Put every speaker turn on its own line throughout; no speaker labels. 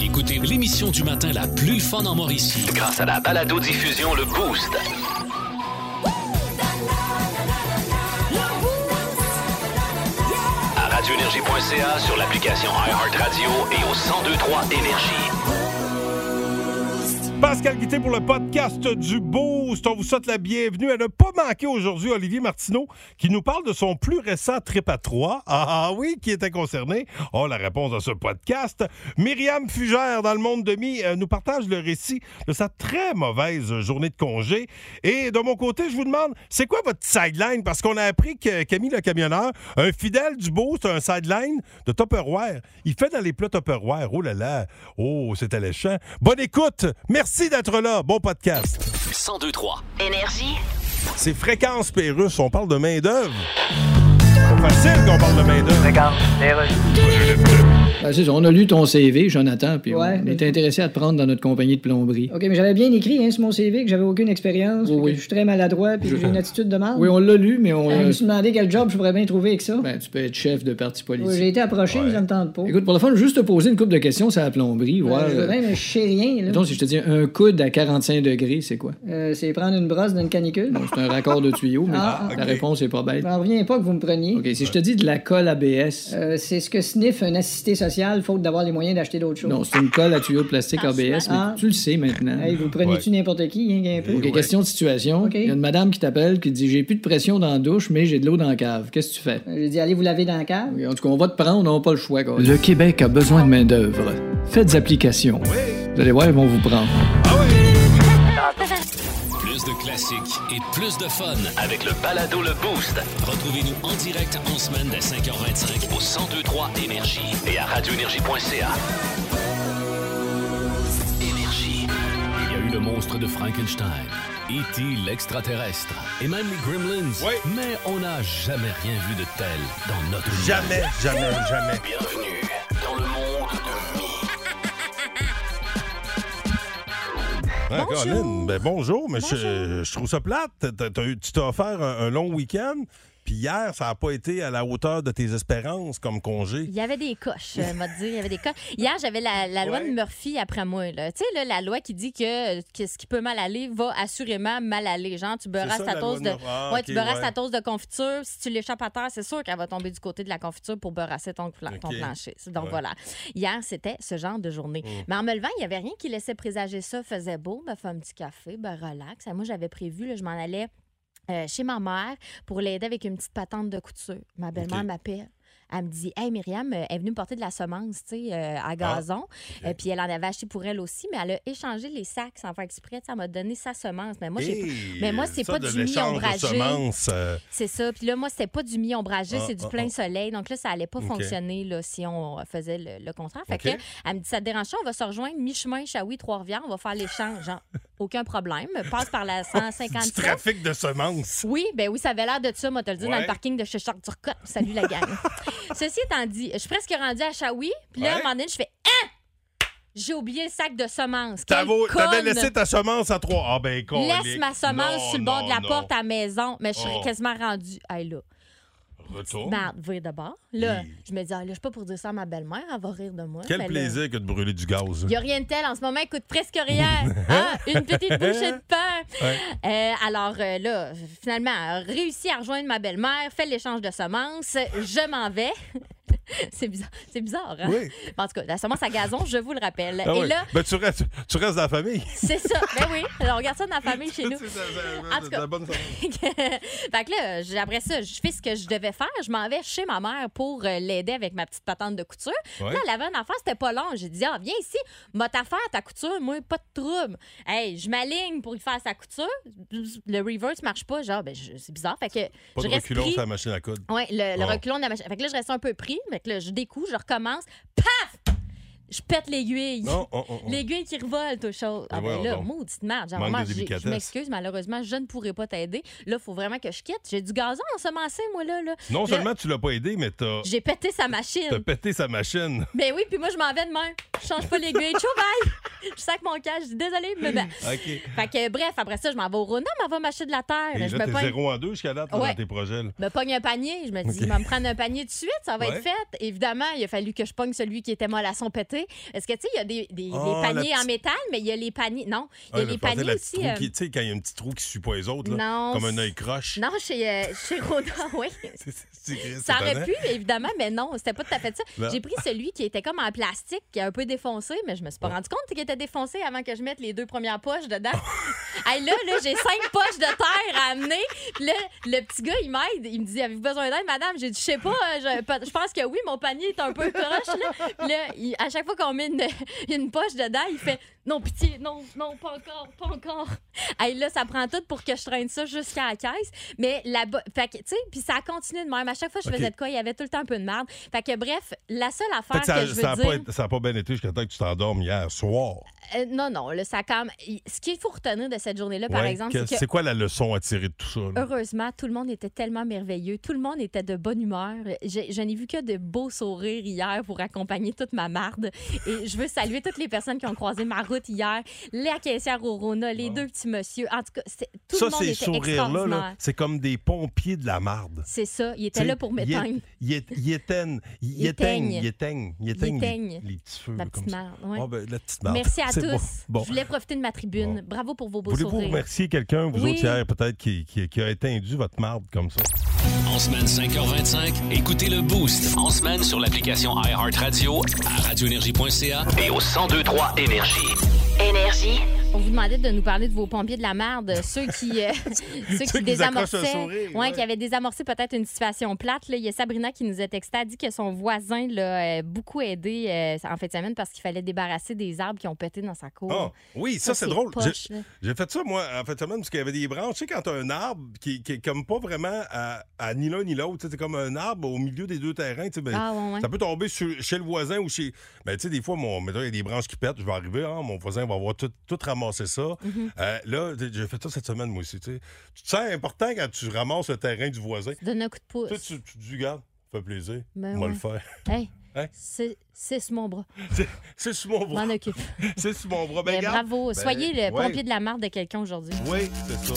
Écoutez l'émission du matin la plus fun en Mauricie.
Grâce à la balado-diffusion Le Boost. À radioénergie.ca, sur l'application iHeartRadio et au 1023 Énergie.
Pascal Guité pour le podcast du Boost. On vous souhaite la bienvenue à ne pas manquer aujourd'hui Olivier Martineau qui nous parle de son plus récent trip à trois. Ah, ah oui, qui était concerné. Oh, la réponse à ce podcast. Myriam Fugère, dans le monde de mi, euh, nous partage le récit de sa très mauvaise journée de congé. Et de mon côté, je vous demande, c'est quoi votre sideline? Parce qu'on a appris que Camille le camionneur, un fidèle du Boost, a un sideline de Tupperware. Il fait dans les plats Tupperware. Oh là là. Oh, c'est alléchant. Bonne écoute. Merci d'être là. Bon podcast.
1023.
Énergie.
C'est Fréquence Pérusse, on parle de main-d'œuvre. C'est pas facile qu'on parle de main-d'œuvre.
Ben, c'est ça, on a lu ton CV, Jonathan, puis
Ouais.
on est intéressé à te prendre dans notre compagnie de plomberie.
OK, mais j'avais bien écrit hein, sur mon CV que j'avais aucune expérience, puis
oui.
que je suis très maladroit, puis que j'ai une attitude de mal.
Oui, on l'a lu, mais on.
Je me suis demandé quel job je pourrais bien trouver avec ça.
Ben, tu peux être chef de parti politique.
Ouais, j'ai été approché, mais ça me tente pas.
Écoute, pour le fun, juste te poser une couple de questions sur la plomberie,
Euh,
voir.
je veux
euh,
bien, mais je sais rien. là.
mettons, si je te dis un coude à 45 degrés, c'est quoi?
Euh, c'est prendre une brosse d'une canicule.
Bon, c'est un raccord de tuyau, mais
Ah,
la réponse est pas bête.
Je m'en reviens pas que vous me preniez.
OK, si je te dis de la colle ABS.
Euh, c'est ce que sniff un assisté social, faute d'avoir les moyens d'acheter d'autres choses.
Non, c'est une colle à tuyau de plastique ABS, mais
Ah.
tu le sais maintenant.
Hey, vous prenez-tu n'importe qui, hein, un peu?
OK, question de situation.
OK.
Il y a une madame qui t'appelle qui dit J'ai plus de pression dans la douche, mais j'ai de l'eau dans la cave. Qu'est-ce que tu fais?
Euh, J'ai dit, allez vous laver dans la cave.
Oui, En tout cas, on va te prendre, on n'a pas le choix. quoi. Le Québec a besoin de main-d'œuvre. Faites application. Vous allez voir, ils vont vous prendre.
Plus de classiques et plus de fun.
Avec le balado Le Boost.
Retrouvez-nous en direct en semaine dès 5h25
Au 1023 Énergie et à radioénergie.ca. Énergie.
Il y a eu le monstre de Frankenstein, E.T. l'extraterrestre et même les Gremlins.
Oui.
Mais on n'a jamais rien vu de tel dans notre univers.
Jamais, jamais, jamais.
Bienvenue dans le monde de Mi.
Ah, Colin, ben bonjour, mais Je, je trouve ça plate. T'as- t'as- t'as eu- tu t'es offert un, un long week-end, puis hier, ça n'a pas été à la hauteur de tes espérances comme congé.
Il y avait des coches, euh, m'a dire, il y avait des coches. Hier, j'avais la, la loi
Ouais.
de Murphy après moi. là. Tu sais, là, la loi qui dit que, que ce qui peut mal aller va assurément mal aller. Genre, tu beurras
ça,
ta
la
toast
loi
de,
de Murphy. Ah,
ouais,
ok,
tu beurrasses
ouais.
ta toast de confiture. Si tu l'échappes à terre, c'est sûr qu'elle va tomber du côté de la confiture pour beurrasser ton, pla- ton
Ok.
plancher. Donc
Ouais. Oh.
voilà. Hier, c'était ce genre de journée. Mais en me levant, il n'y avait rien qui laissait présager ça. Faisait beau, me fait un petit café, ben relax. Moi, j'avais prévu, là, je m'en allais euh, chez ma mère pour l'aider avec une petite patente de couture. Ma belle-mère
Ok.
m'appelle. Elle me dit Hey Myriam, euh, elle est venue me porter de la semence, tu sais, euh,
Ah,
à gazon. Euh, puis elle en avait acheté pour elle aussi, mais elle a échangé les sacs sans faire exprès. Tu sais, Elle m'a donné sa semence. Mais moi, j'ai.
Hey,
mais moi, c'est
ça,
pas
de
du mi
l'échange de
ombragé.
semences, euh,
C'est ça. Puis là, moi, c'était pas du mi-ombragé,
Ah,
c'est du
ah,
plein
ah.
soleil. Donc là, ça allait pas
Ok.
fonctionner là, si on faisait le, le contraire. Fait
Ok.
que, elle me dit, ça te dérange pas, on va se rejoindre mi-chemin, Chaoui, Trois-Rivières, on va faire l'échange. Genre, aucun problème. Passe par la
du
157.
trafic de semences.
Oui, ben oui, ça avait l'air de ça, moi, te le dit, dans
Ouais.
le parking de chez Charles Turcotte. Salut la gang. Ceci étant dit, je suis presque rendue à Chaoui, puis là, à un
Ouais.
moment donné, je fais Hein! J'ai oublié le sac de semences. Quelle
T'avais t'avais
conne!
laissé ta semence à trois. Ah, ben, con.
Laisse ma semence sur le bord de la porte à la maison, mais je suis
Oh.
quasiment rendue. Hey, là,
Retourne.
merde, vire de bord. Là,
Hi.
je me dis, ah, là, je suis pas pour dire ça à ma belle-mère, elle va rire de moi.
Quel
mais ben là,
plaisir que de brûler du gaz.
il n'y a rien de tel en ce moment, elle coûte presque rien. Ah, une petite bouchée de pain.
Ouais.
Euh, alors euh, là, finalement, elle a réussi à rejoindre ma belle-mère, fait l'échange de semences, je m'en vais. c'est bizarre, c'est bizarre. Hein?
Oui.
En tout cas, la semence à gazon, je vous le rappelle.
Ah
Et
oui.
là,
Ben, tu, restes, tu restes dans la famille.
c'est ça. Ben oui, on regarde ça dans la famille chez nous.
C'est- c'est- c'est-
En tout
c'est la
cas.
bonne famille.
fait que là, j- après ça, je fais ce que je devais faire. Je m'en vais chez ma mère pour euh, l'aider avec ma petite patente de couture. Puis
Ouais.
Là, elle avait un enfant, c'était pas long. J'ai dit, ah, viens ici, m'a ta faire ta couture, moi, pas de trouble. Hey, je m'aligne pour y faire sa couture. Le reverse marche pas. Genre, ben, je- c'est bizarre. Fait que je
Pas de
reste
reculons
pris.
sur la machine à coude.
Ouais, le, le
Bon.
reculon de la machine. Fait que là, je reste un peu pris. Fait que là, je découvre, je recommence. Paf! je pète l'aiguille.
Non, oh, oh, oh.
L'aiguille qui revolte aux choses. Ah
Mais
ben
voyons
là,
donc.
maudite marge.
Manque de
je
délicatesse.
m'excuse, malheureusement, je ne pourrai pas t'aider. Là, il faut vraiment que je quitte. J'ai du gazon ensemencé, moi, là. là.
Non
Le-
seulement tu l'as pas aidé, mais t'as
J'ai pété sa
t'as
machine.
pété sa machine.
Mais Ben oui, puis moi, je m'en vais demain. Je change pas l'aiguille. Ciao, bye! Je sac mon cash. Je dis désolée, mais ben.
OK.
Fait que, bref, après ça, je m'en vais au Rona, m'en vais m'acheter de la terre.
Et
je
là,
me
t'es
pogne,
0 en 2 jusqu'à date là,
Ouais.
dans tes projets. là.
me pogne un panier. Je me dis,
Ok.
je vais me prendre un panier de suite, ça va
Ouais.
être fait. Évidemment, il a fallu que je pogne celui qui était mollasson pété. Est-ce que, tu sais, il y a des, des-
Ah,
des paniers
la
en métal, mais il y a les paniers. Non, il y
Ah,
a
le
les
portail de
paniers
la petite
aussi.
roue
euh,
qui- Tu sais, quand il y a un petit trou qui suit pas les autres, là,
Non,
comme un
c'est-
œil croche.
Non, chez, euh, chez Rodin, oui.
C'est- c'est- c'est
Ça aurait
étonnant.
pu, évidemment, mais non, c'était pas tout à fait
Non.
ça. J'ai pris celui qui était comme en plastique, qui est un peu défoncé, mais je me suis pas rendu compte qu'il était défoncé avant que je mette les deux premières poches dedans. hey, là, là, j'ai cinq poches de terre à amener. Puis Là, le petit gars, il m'aide. Il me dit Avez-vous besoin d'aide, madame J'ai dit Je sais pas, euh, je, pe- je pense que oui, mon panier est un peu croche. Là. Puis là, il- à chaque fois qu'on met une, une poche dedans, il fait Non, pitié, non, non, pas encore, pas encore. Hey, là, ça prend tout pour que je traîne ça jusqu'à la caisse. Mais là-bas, fait que, tu sais, puis ça a continué de même. À chaque fois que je
OK.
faisais de quoi, il y avait tout le temps un peu de merde. Fait que, bref, la seule
Fait
affaire que,
que ça-
je veux
ça a
dire.
pas été- Ça n'a pas, bien été jusqu'à temps que tu t'endormes hier soir.
Euh, non, non, là, ça a quand même- il- Ce qu'il faut retenir de cette journée-là, Euh, par
Ouais.
exemple,
Que-
c'est que. Euh,
C'est quoi la leçon à tirer de tout ça? là?
Heureusement, tout le monde était tellement merveilleux. Tout le monde était de bonne humeur. Je, je n'ai vu que de beaux sourires hier pour accompagner toute ma marde. Et je veux saluer toutes les personnes qui ont croisé ma route hier. La caissière au Rona, les deux petits monsieur. En tout cas, c'est- tout
ça,
le monde
ces
était
sourires-là,
extraordinaire.
là, c'est comme des pompiers de la marde.
C'est ça. Il était
T'sais,
là pour m'éteindre.
Ils é- ils éteignent, ils
Ils éteignent.
éteignent, ils éteignent, ils
Ils
éteignent les-
éteignent.
les petits feux.
La
comme
petite
ça.
marde. ouais.
Ah, ben, la petite marde.
Merci à
C'est bon.
tous.
Bon.
Je voulais profiter de ma tribune.
Bon.
Bravo pour vos beaux
Voulez-vous
sourires.
remercier quelqu'un, vous
Oui.
autres, hier, peut-être, qui, qui- qui a éteindu votre marde comme ça?
En semaine 5h25, écoutez le Boost.
En semaine sur l'application iHeartRadio
à radioénergie.ca.
et au 1023 Énergie.
Énergie.
On vous demandait de nous parler de vos pompiers de la merde, ceux qui, euh, ceux qui
Ceux qui nous accrochent un
désamorçaient,
sourire,
ouais,
ouais.
qui avaient désamorcé peut-être une situation plate. là. Il y a Sabrina qui nous a texté, a dit que son voisin l'a euh, beaucoup aidé euh, en fin de semaine parce qu'il fallait débarrasser des arbres qui ont pété dans sa cour.
Ah, oui, ça, c'est drôle. J'ai-
Oh. poche, là.
J'ai fait ça, moi, en fait, semaine, parce qu'il y avait des branches. Tu sais, quand t'as un arbre qui, qui est comme pas vraiment à, à ni l'un ni l'autre, tu sais, c'est comme un arbre au milieu des deux terrains. tu sais, ben,
Ah, ouais, ouais.
Ça peut tomber sur- chez le voisin ou chez. Ben, tu sais, des fois, mon, mettons, il y a des branches qui pètent, je vais arriver, hein, mon voisin va avoir tout, tout ramassé ça.
Mhm.
Euh, là, j'ai fait ça cette semaine, moi aussi. Tu sais. Tu te sens important quand tu ramasses le terrain du voisin.
Donne un coup de
Tu, sais,
pouce.
tu, tu te dis, regarde, ça fait plaisir,
Ben
on va
ouais.
le faire.
Hey,
Hein?
c'est c'est mon bras.
C'est- C'est sur mon
Je
bras.
M'en occupe.
C'est sur mon bras. Ben,
Mais
regarde.
bravo.
Ben,
Soyez le
ouais.
pompier de la merde de quelqu'un aujourd'hui.
Oui, c'est ça.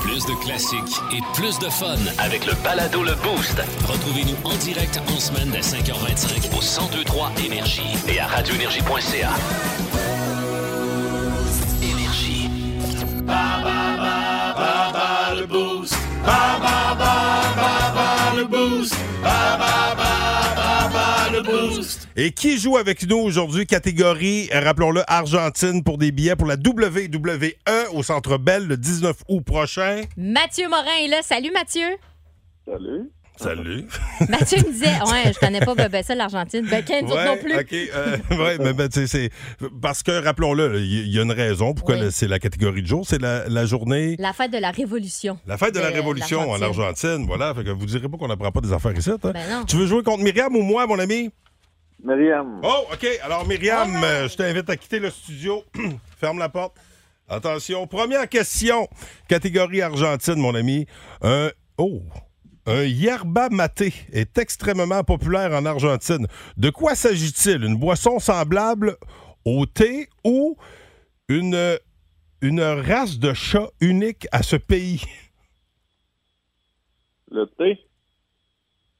Plus de classiques et plus de fun.
Avec le balado Le Boost
Retrouvez-nous en direct en semaine dès 5h25
au 1023 Énergie et à radioénergie.ca. Énergie.
Et qui joue avec nous aujourd'hui? Catégorie, euh, rappelons-le, Argentine pour des billets pour la WWE au Centre Bell le 19 août prochain.
Mathieu Morin est là. Salut Mathieu.
Salut.
Mathieu me disait, ouais, je connais pas ben, ben ça l'Argentine. Ben, Ken, nous autres non plus.
OK. euh, ouais, mais ben, tu sais, c'est. Parce que, rappelons-le, il y, y a une raison pourquoi
Oui.
le- c'est la catégorie de jour. C'est la, la journée.
La fête de la Révolution.
La fête de la
de
Révolution en
Euh, l'Argentine.
Argentine. Voilà. Fait que vous direz pas qu'on n'apprend pas des affaires ici. hein?
Ben non.
Tu veux jouer contre Myriam ou moi, mon ami?
Myriam.
Oh, OK. Alors, Myriam, euh, je t'invite à quitter le studio. Ferme la porte. Attention. Première question. Catégorie argentine, mon ami. Un. Oh! Un yerba maté est extrêmement populaire en Argentine. De quoi s'agit-il? Une boisson semblable au thé ou une, une race de chat unique à ce pays?
Le thé.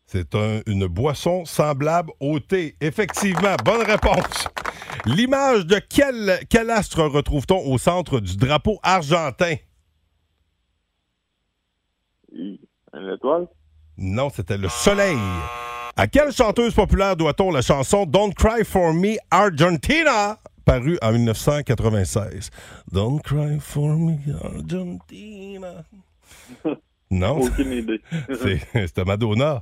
C'est un- une boisson semblable au thé. Effectivement, bonne réponse. L'image de quel, quel astre retrouve-t-on au centre du drapeau argentin?
Une étoile.
Non, c'était le soleil. À quelle chanteuse populaire doit-on la chanson Don't Cry for Me Argentina? parue en 1996. Don't cry for me Argentina. Non,
Aucune idée.
C'est c'était Madonna.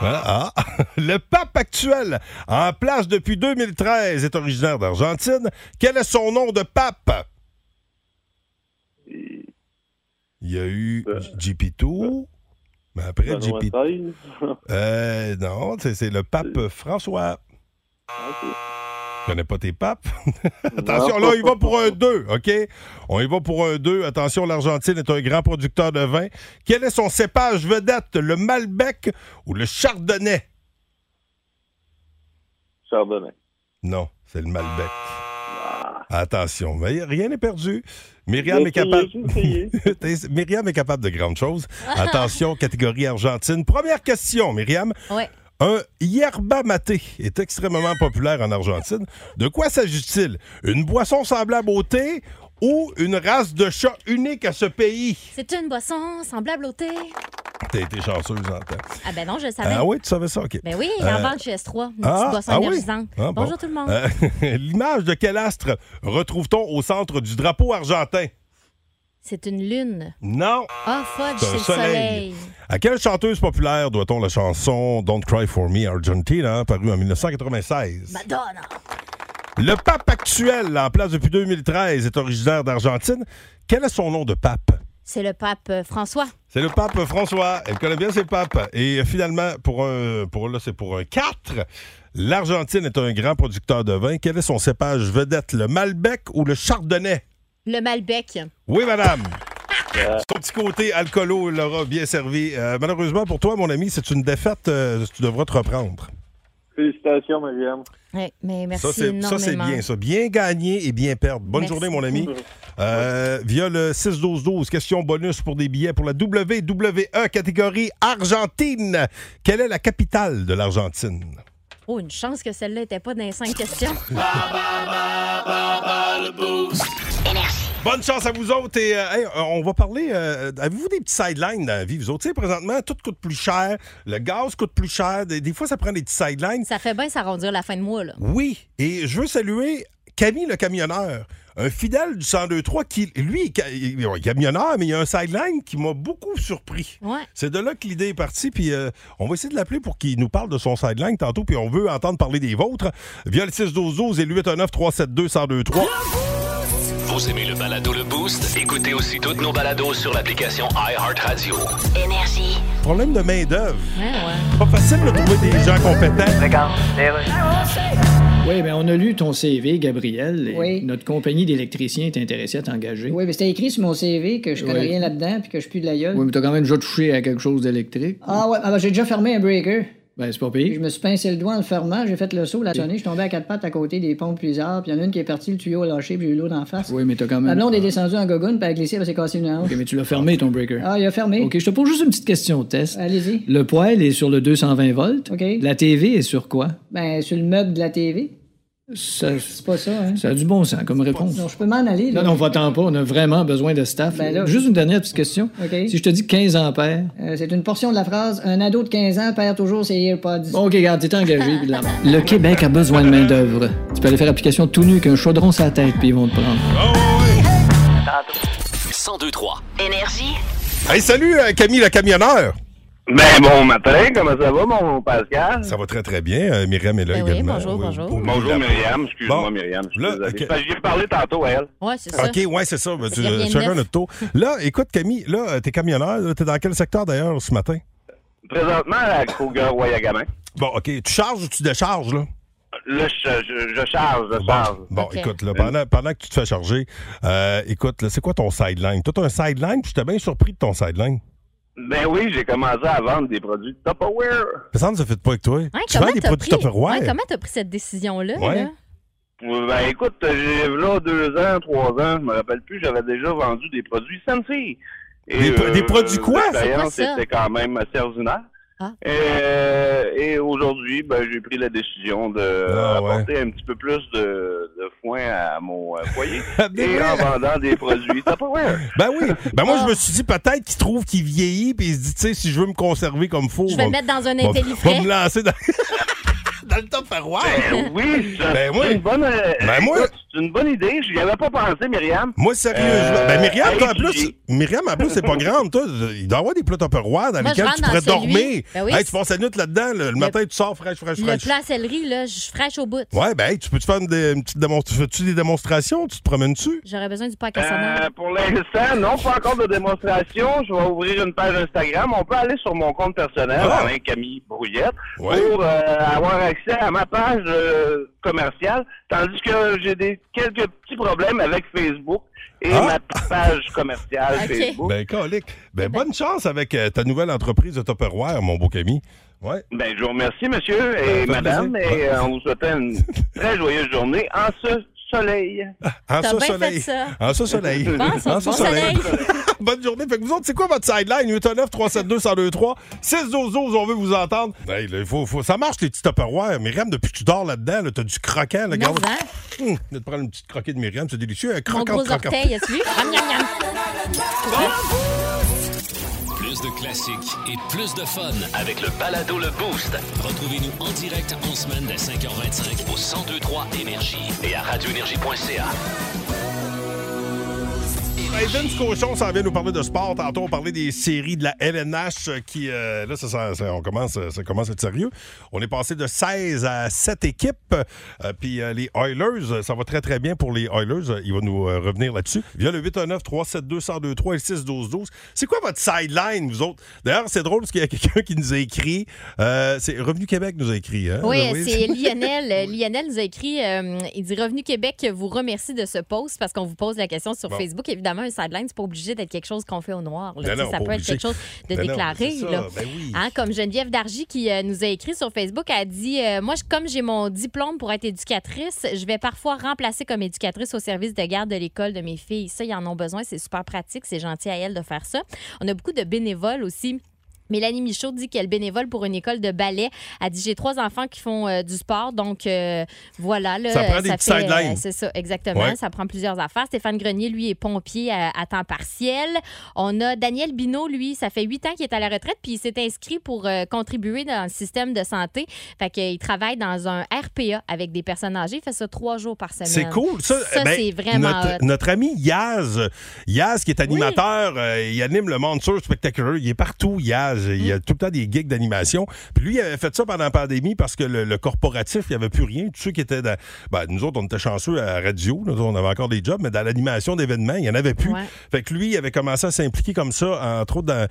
Voilà. Ah. Le pape actuel, en place depuis 2013, est originaire d'Argentine. Quel est son nom de pape? Il y a eu
Euh,
JP2, mais après
Benoît
JP...
XVI.
Euh, non, c'est c'est le pape François. Je connais pas tes papes. Attention, là, il va pour un 2, OK? On y va pour un 2. Attention, l'Argentine est un grand producteur de vin. Quel est son cépage vedette, le Malbec ou le Chardonnay?
Chardonnay.
Non, c'est le Malbec. Attention, mais rien n'est perdu. Myriam
J'ai
est capable.
essayé, j'ai essayé.
T'es- Myriam est capable de grandes choses. Attention, catégorie argentine. Première question, Myriam.
Ouais.
Un yerba maté est extrêmement populaire en Argentine. De quoi s'agit-il? Une boisson semblable au thé ou une race de chat unique à ce pays?
C'est une boisson semblable au thé.
T'as été chanceuse, j'entends.
Ah ben non, je le savais.
Ah oui, tu savais ça, OK.
Ben oui,
Euh,
en vente chez S3, une
ah,
petite boisson
ah oui?
énergisante.
Ah, bon.
Bonjour tout le monde.
Euh, L'image de quel astre retrouve-t-on au centre du drapeau argentin?
C'est une lune.
Non.
Ah, fudge,
C'est un
c'est le soleil.
À quelle chanteuse populaire doit-on la chanson Don't Cry for Me Argentina, parue en 1996?
Madonna.
Le pape actuel, en place depuis 2013, est originaire d'Argentine. Quel est son nom de pape?
C'est le pape euh, François.
C'est le pape François. Elle connaît bien ses papes. Et finalement, pour un, pour là, c'est pour un 4. L'Argentine est un grand producteur de vin. Quel est son cépage vedette, le Malbec ou le Chardonnay?
Le Malbec.
Oui, madame. Son petit côté alcoolo l'aura bien servi. Euh, malheureusement pour toi, mon ami, c'est une défaite. euh, tu devras te reprendre.
Félicitations, Myriam.
Ouais, mais merci
Ça, c'est
énormément.
ça, c'est bien. Ça, bien gagner et bien perdre. Bonne
Merci
journée, mon ami. Euh, via le 6-12-12, question bonus pour des billets pour la WWE catégorie Argentine. Quelle est la capitale de l'Argentine?
Oh, une chance que celle-là n'était pas dans les cinq questions.
Bonne chance à vous autres. Et, euh, hey, euh, on va parler. euh, Avez-vous des petits sidelines dans la vie, vous autres? Tu sais, présentement, tout coûte plus cher. Le gaz coûte plus cher. Des, des fois, ça prend des petits sidelines.
Ça fait bien s'arrondir la fin de mois, là.
Oui, et je veux saluer Camille le camionneur, un fidèle du 1023 qui, lui, est ca- il est camionneur, mais il y a un sideline qui m'a beaucoup surpris.
Ouais.
C'est de là que l'idée est partie, puis euh, on va essayer de l'appeler pour qu'il nous parle de son sideline tantôt, puis on veut entendre parler des vôtres. Via le 612 et le 819-372-1023.
Vous aimez le balado Le Boost? Écoutez aussi toutes nos balados sur l'application iHeartRadio.
Énergie.
Problème de main-d'œuvre.
Ouais, ouais.
Pas facile de trouver des gens compétents.
Oui, mais on a lu ton CV, Gabriel. et
Oui.
Notre compagnie d'électriciens est intéressée à t'engager.
Oui, mais c'était écrit sur mon CV que je connais
Oui.
rien là-dedans puis que je pue de la gueule.
Oui, mais t'as quand même déjà touché à quelque chose d'électrique.
Ah ouais, ah ben, j'ai déjà fermé un breaker.
Ben, c'est pas
Je
pire.
me suis pincé le doigt en le fermant, j'ai fait le saut, la sonnée, je suis tombé à quatre pattes à côté des pompes plus arbres, puis il y en a une qui est partie, le tuyau a lâché, puis j'ai eu l'eau d'en face.
Oui, mais t'as quand
Ma
même.
blonde est descendue en gogoune, puis elle a glissé, elle s'est cassée une hanche.
OK, mais tu l'as fermé, ton breaker.
Ah, il a fermé.
OK, je te pose juste une petite question test.
Allez-y.
Le poêle est sur le 220 volts.
OK.
La TV est sur quoi?
Ben, sur le meuble de la TV.
Ça,
C'est pas ça, hein?
ça a du bon sens comme réponse.
Non, je peux m'en aller, là.
Non, non, va-t'en pas. On a vraiment besoin de staff.
Ben là-
Juste une dernière petite question.
OK.
Si je te dis 15 ampères.
Euh, c'est une portion de la phrase Un ado de 15 ans perd toujours ses AirPods.
Bon, OK, regarde, t'es engagé. puis de la merde. Le Québec a besoin de main-d'œuvre. Tu peux aller faire application tout nu qu'un chaudron sur la tête, puis ils vont te prendre.
1023.
Énergie.
Hey, salut euh, Camille le camionneur.
Ben, bon matin, comment ça va, mon Pascal?
Ça va très très bien. Euh, Myriam est là
Ben oui,
également.
bonjour, bonjour.
Bonjour, Myriam. Excuse-moi,
Bon.
Myriam. Je suis
Là,
désolé. Ben,
ok.
Parce que J'ai parlé tantôt à elle.
Ouais, c'est ça. Hein,
OK, ouais, c'est ça. Ben, Tu,
qu'il y a rien de
chacun
neuf.
notre tour. Là, écoute, Camille, là, euh, t'es camionneur. là, T'es dans quel secteur d'ailleurs ce matin?
Présentement, à Kruger Royagamin.
Bon, OK. Tu charges ou tu décharges, là?
Là, je, je, je charge, je charge.
Bon,
OK.
écoute, là, pendant, pendant que tu te fais charger, euh, écoute, là, c'est quoi ton sideline? Toi, t'as un sideline, puis j'étais bien surpris de ton sideline.
Ben oui, j'ai commencé à vendre des produits de Tupperware.
Ça me ça fait pas avec toi.
Hein,
tu
comment
vends des
t'as
produits
pris-
Tupperware?
Ouais, comment t'as pris cette décision-là?
Ouais.
là?
Ben écoute, j'ai là deux ans, trois ans, je me rappelle plus, j'avais déjà vendu des produits Sensi. euh,
Des pro- des produits quoi?
L'expérience
C'est quoi ça?
était quand même assez ordinaire.
Ah.
Et, euh, et aujourd'hui, ben, j'ai pris la décision de
Ah, ouais.
apporter un petit peu plus de, de foin à mon euh, foyer
Des
et en
vrais.
vendant des produits Tupperware.
Ben oui. Ben moi,
Ah.
je me suis dit peut-être qu'il trouve qu'il vieillit, puis il se dit, tu sais, si je veux me conserver comme faux,
Je vais
va-
le mettre dans un
va- va
intellifrais.
me lancer dans, dans le Tupperware.
Ben oui, ça,
Ben
c'est
oui.
une bonne. euh,
Ben moi-
écoute, c'est une bonne idée. J'y avais pas pensé, Myriam.
Moi, sérieusement.
Euh,
ben, Myriam,
allez
toi, en plus,
étudier.
Myriam, en plus, c'est pas grande, toi. Il doit y avoir des plats Tupperware dans
Moi, je
lesquels tu
rentre
pourrais
dans celui-
dormir.
Ben oui,
Hey, tu
c'est-
passes la nuit là-dedans, là. le matin, tu sors fraîche, fraîche,
Le
fraîche.
plat à céleri, là, je suis fraîche au bout.
Ouais, ben, hey, tu peux-tu faire une, dé- une petite démonstration? Fais-tu des démonstrations? Tu te promènes-tu?
J'aurais besoin du pack à
Euh,
sonore.
pour l'instant, non, pas encore de démonstration. Je vais ouvrir une page Instagram. On peut aller sur mon compte personnel,
Ah.
Alain Camille Brouillette,
Ouais.
pour euh, avoir accès à ma page euh, commerciale, tandis que j'ai des quelques petits problèmes avec Facebook et
Ah.
ma petite page commerciale
Ok.
Oh.
Facebook.
Ben, colique. Ben, bonne chance avec euh, ta nouvelle entreprise de Tupperware, mon beau Camille. Ouais.
Ben, je vous remercie, monsieur
Ben, fait
et madame,
plaisir. Ah.
et euh, on vous souhaite une très joyeuse journée en ce soleil.
En
T'as
ce
bien
soleil.
fait ça.
En ce soleil.
Bon,
en
bon
ce
soleil.
Bonne journée. Fait que vous autres, c'est quoi votre sideline? 819 372 1023 6 12 12 on veut vous entendre. Hey, là, il faut, faut- Ça marche, les petits Tupperware. Myriam, depuis que tu dors là-dedans, là, t'as du croquant. Là,
Non,
regarde.
hein?
Hum, je vais te prendre une petite croquette de Myriam, c'est délicieux. Un
Mon
croquant,
gros
croquant.
orteil, est-ce lui? Miam, miam, miam.
Plus de classiques et plus de fun.
Avec le balado Le Boost
Retrouvez-nous en direct en semaine dès 5h25
au 1023 Énergie et à radioénergie.ca.
Hey, Vince Cochon s'en vient nous parler de sport. Tantôt, on parlait des séries de la LNH euh, qui. euh, là, ça, sent- ça- on commence, euh, ça commence à être sérieux. On est passé de 16 à 7 équipes. Euh, Puis euh, les Oilers, euh, ça va très, très bien pour les Oilers. Euh, Il va nous euh, revenir là-dessus. Via le 819-372-1023 et le 612-12. C'est quoi votre sideline, vous autres? D'ailleurs, c'est drôle parce qu'il y a quelqu'un qui nous a écrit. euh, c'est Revenu Québec nous a écrit. hein?
Oui, c'est Lionel. Euh, Lionel nous a écrit, euh, il dit Revenu Québec vous remercie de ce post parce qu'on vous pose la question sur
Bon.
Facebook. Évidemment, un sideline, c'est pas obligé d'être quelque chose qu'on fait au noir. là.
Ben
Tu sais,
non,
ça
pas
peut être
obligé.
quelque chose de
Ben non,
déclaré.
c'est ça,
là.
ben oui.
Hein, comme Geneviève Dargy qui euh, nous a écrit sur Facebook, a dit euh, Moi, je- comme j'ai mon diplôme pour être éducatrice, je vais parfois remplacer comme éducatrice au service de garde de l'école de mes filles. Ça, ils en ont besoin, c'est super pratique, c'est gentil à elles de faire ça. On a beaucoup de bénévoles aussi. Mélanie Michaud dit qu'elle bénévole pour une école de ballet. Elle dit J'ai trois enfants qui font euh, du sport, donc euh, voilà. Là,
Ça prend des petits
fait, euh,
sidelines.
C'est ça, exactement.
Ouais.
Ça prend plusieurs affaires. Stéphane Grenier, lui, est pompier à, à temps partiel. On a Daniel Binot, lui, ça fait huit ans qu'il est à la retraite, puis il s'est inscrit pour euh, contribuer dans le système de santé. Fait qu'il travaille dans un RPA avec des personnes âgées. Il fait ça trois jours par semaine.
C'est cool. Ça,
Ça,
ben,
c'est vraiment
Notre,
hot.
notre ami Yaz, euh, Yaz qui est animateur, euh, il anime le monde sur spectaculaire. Il est partout, Yaz. Il y
Mm.
a tout le temps des gigs d'animation. Puis lui, il avait fait ça pendant la pandémie parce que le, le corporatif, il n'y avait plus rien. Tous ceux qui étaient dans. ben, nous autres, on était chanceux à la radio. Nous, on avait encore des jobs, mais dans l'animation d'événements, il n'y en avait plus.
Ouais.
Fait que lui, il avait commencé à s'impliquer comme ça, entre autres, dans- euh,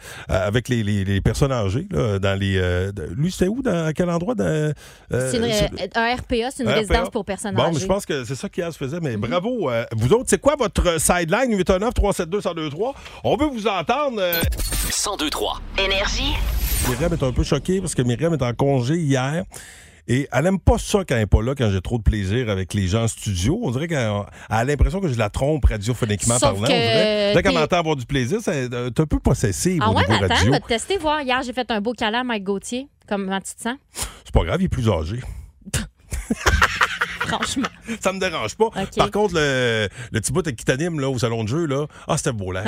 avec les, les- les personnes âgées. là, dans les, euh, de- lui, c'était où? Dans, à quel endroit? Dans, euh,
C'est une-
sur-
un RPA, c'est une
RPA.
résidence pour personnes
Bon, mais
âgées. Mhm.
je pense que c'est ça qu'Yaz faisait, mais bravo. euh, vous autres, c'est quoi votre sideline 819-372-1023? On veut vous entendre. euh,
1023
Énergie.
Myriam est un peu choquée parce que Myriam est en congé hier. Et elle aime pas ça quand elle est pas là, quand j'ai trop de plaisir avec les gens en studio. On dirait qu'elle elle a l'impression que je la trompe radiophoniquement
Sauf
parlant. on
que
dirait. Dès qu'elle
t'es-
m'entend avoir du plaisir, c'est euh, t'es un peu possessive
Ah
au
ouais,
niveau
mais attends,
radio.
va te tester, voir. Hier, j'ai fait un beau câlin à Mike Gauthier. Comment tu te sens?
C'est pas grave, il est plus âgé.
Franchement.
Ça me dérange pas.
Ok.
Par contre, le, le petit bout qui t'anime là, au salon de jeu, là, ah, c'était beau là.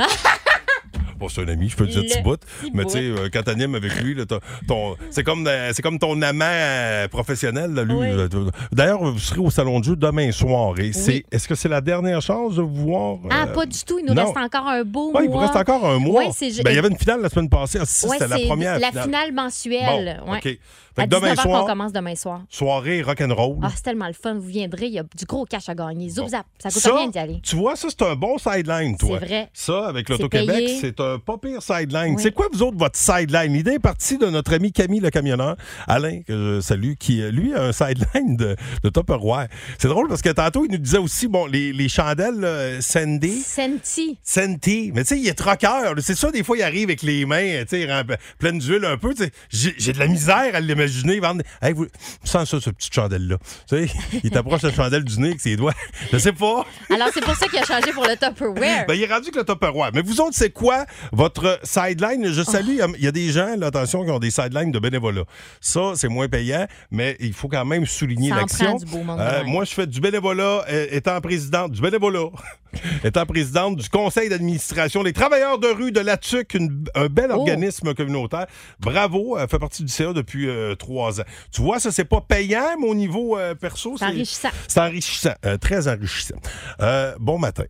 Bon, c'est un ami, je peux te dire
Le
petit bout.
petit
Mais
bout.
tu sais, euh, quand t'animes avec lui, là, t'as- ton, c'est, comme, euh, c'est comme ton amant euh, professionnel. là, lui.
Oui.
Euh, t- D'ailleurs, vous serez au salon de jeu demain soir. Et c'est, est-ce que c'est la dernière chance de vous voir?
Ah,
euh,
pas du tout. Il nous
non.
reste encore un beau
ouais, il vous
mois.
reste encore un mois.
Ouais, c'est-
Ben, il y avait une finale la semaine passée. Ah, si,
Ouais,
c'était la
c'est
première.
La finale mensuelle.
Bon,
ouais.
OK. Fait que
À
demain
19h qu'on
soir,
commence demain soir.
soirée rock'n'roll.
Ah, c'est tellement le fun. Vous viendrez, il y a du gros cash à gagner. Zoup,
Bon.
zap. Ça coûte
Ça,
rien d'y aller.
Tu vois, ça, c'est un bon sideline, toi.
C'est vrai.
Ça, avec
C'est
l'Auto-Québec,
payé.
c'est un pas pire sideline.
Oui.
C'est quoi, vous autres, votre sideline? L'idée est partie de notre ami Camille, le camionneur, Alain, que je salue, qui, euh, lui, a un sideline de, de Tupperware. C'est drôle parce que tantôt, il nous disait aussi, bon, les, les chandelles là, Sandy.
Senti.
Senti, mais tu sais, il est troqueur. là. C'est ça, des fois, il arrive avec les mains, tu sais, rem- pleines d'huile un peu. tu sais. J'ai j'ai de la misère à l'imaginer. vendre- Hey, vous... Sans ça, cette petite chandelle-là. Tu sais, il t'approche la chandelle du nez avec ses doigts. Je sais pas.
Alors, c'est pour ça qu'il a changé pour le Tupperware.
Ben, il est rendu que le Tupperware. Mais vous autres, c'est quoi Votre sideline,
Ah.
je salue, euh, il y a- il y a des gens, là, attention, qui ont des sidelines de bénévolat. Ça, c'est moins payant, mais il faut quand même souligner
Ça en
l'action. Euh,
prend du beau monde, quand même.
moi, je fais du bénévolat euh, étant présidente du bénévolat, étant présidente du conseil d'administration des travailleurs de rue de la TUC, une- un bel
Oh.
organisme communautaire. Bravo, elle fait partie du CA depuis euh, trois ans. Tu vois, ça, c'est pas payant, mais au niveau euh, perso,
C'est enrichissant.
c'est enrichissant, euh, très enrichissant. Euh, bon matin.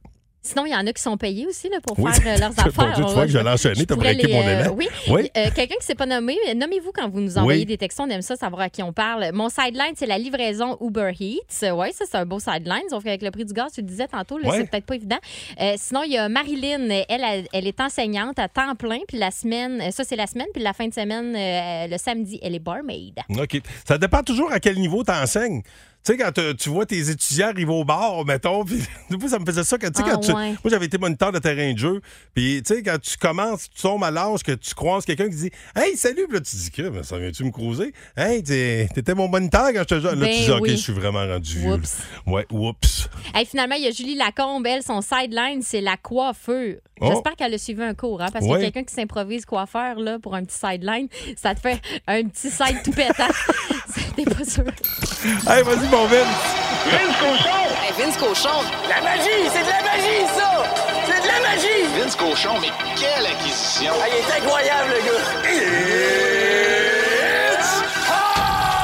Sinon, il y en a qui sont payés aussi là, pour
Oui,
faire euh, leurs
Mon
affaires.
Dieu, tu
On-
vois que je l'ai enchaîné, t'as
pourrais
braqué
les,
mon
euh,
élan.
oui.
Oui.
Euh, Quelqu'un qui ne s'est pas nommé, mais nommez-vous quand vous nous envoyez
Oui.
des textos. On aime ça savoir à qui on parle. Mon sideline, c'est la livraison Uber Eats. Euh, Oui, ça, c'est un beau sideline. Sauf qu'avec le prix du gaz, tu le disais tantôt, là,
Ouais.
c'est peut-être pas évident. Euh, sinon, il y a Marilyn. Elle, Elle, elle est enseignante à temps plein. Puis la semaine, euh, ça, c'est la semaine. Puis la fin de semaine, euh, le samedi, elle est barmaid.
OK. Ça dépend toujours à quel niveau tu enseignes. Tu sais, quand te- tu vois tes étudiants arriver au bar, mettons, puis du coup, ça me faisait ça. Quand, tu sais,
Ah,
quand tu-
ouais.
Moi, j'avais été moniteur de terrain de jeu. Puis, tu sais, quand tu commences, tu tombes à l'âge que tu croises quelqu'un qui dit Hey, salut, Puis là, tu dis que, mais ça vient-tu me croiser? Hey, t'es- t'étais mon moniteur quand je te jeune. Là,
Ben
tu dis, OK,
oui.
je suis vraiment rendu vieux. là.
Oups.
Ouais, oups.
Hey, finalement, il y a Julie Lacombe. Elle, son sideline, c'est la coiffeur.
Oh.
J'espère qu'elle a suivi un cours, hein, parce
Ouais.
que quelqu'un qui s'improvise coiffeur là, pour un petit sideline, ça te fait un petit side tout pétant. C'était pas sûr.
Hey, vas-y, mon Vince.
Hey, Vince Cochon!
La magie, c'est de la magie, ça! C'est de la magie!
Vince Cochon, mais quelle acquisition!
Ah, il est incroyable, le gars! It's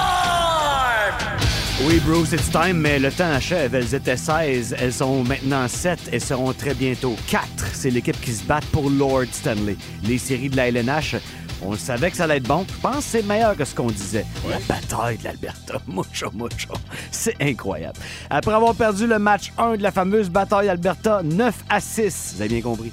time!
Oui, Bruce, it's time, mais le temps achève. Elles étaient 16, elles sont maintenant 7, elles seront très bientôt 4. C'est l'équipe qui se bat pour Lord Stanley. Les séries de la LNH, on le savait que ça allait être bon. Je pense que c'est meilleur que ce qu'on disait. La bataille de l'Alberta, mucho, mucho. C'est incroyable. Après avoir perdu le match 1 de la fameuse bataille Alberta, 9 à 6, vous avez bien compris.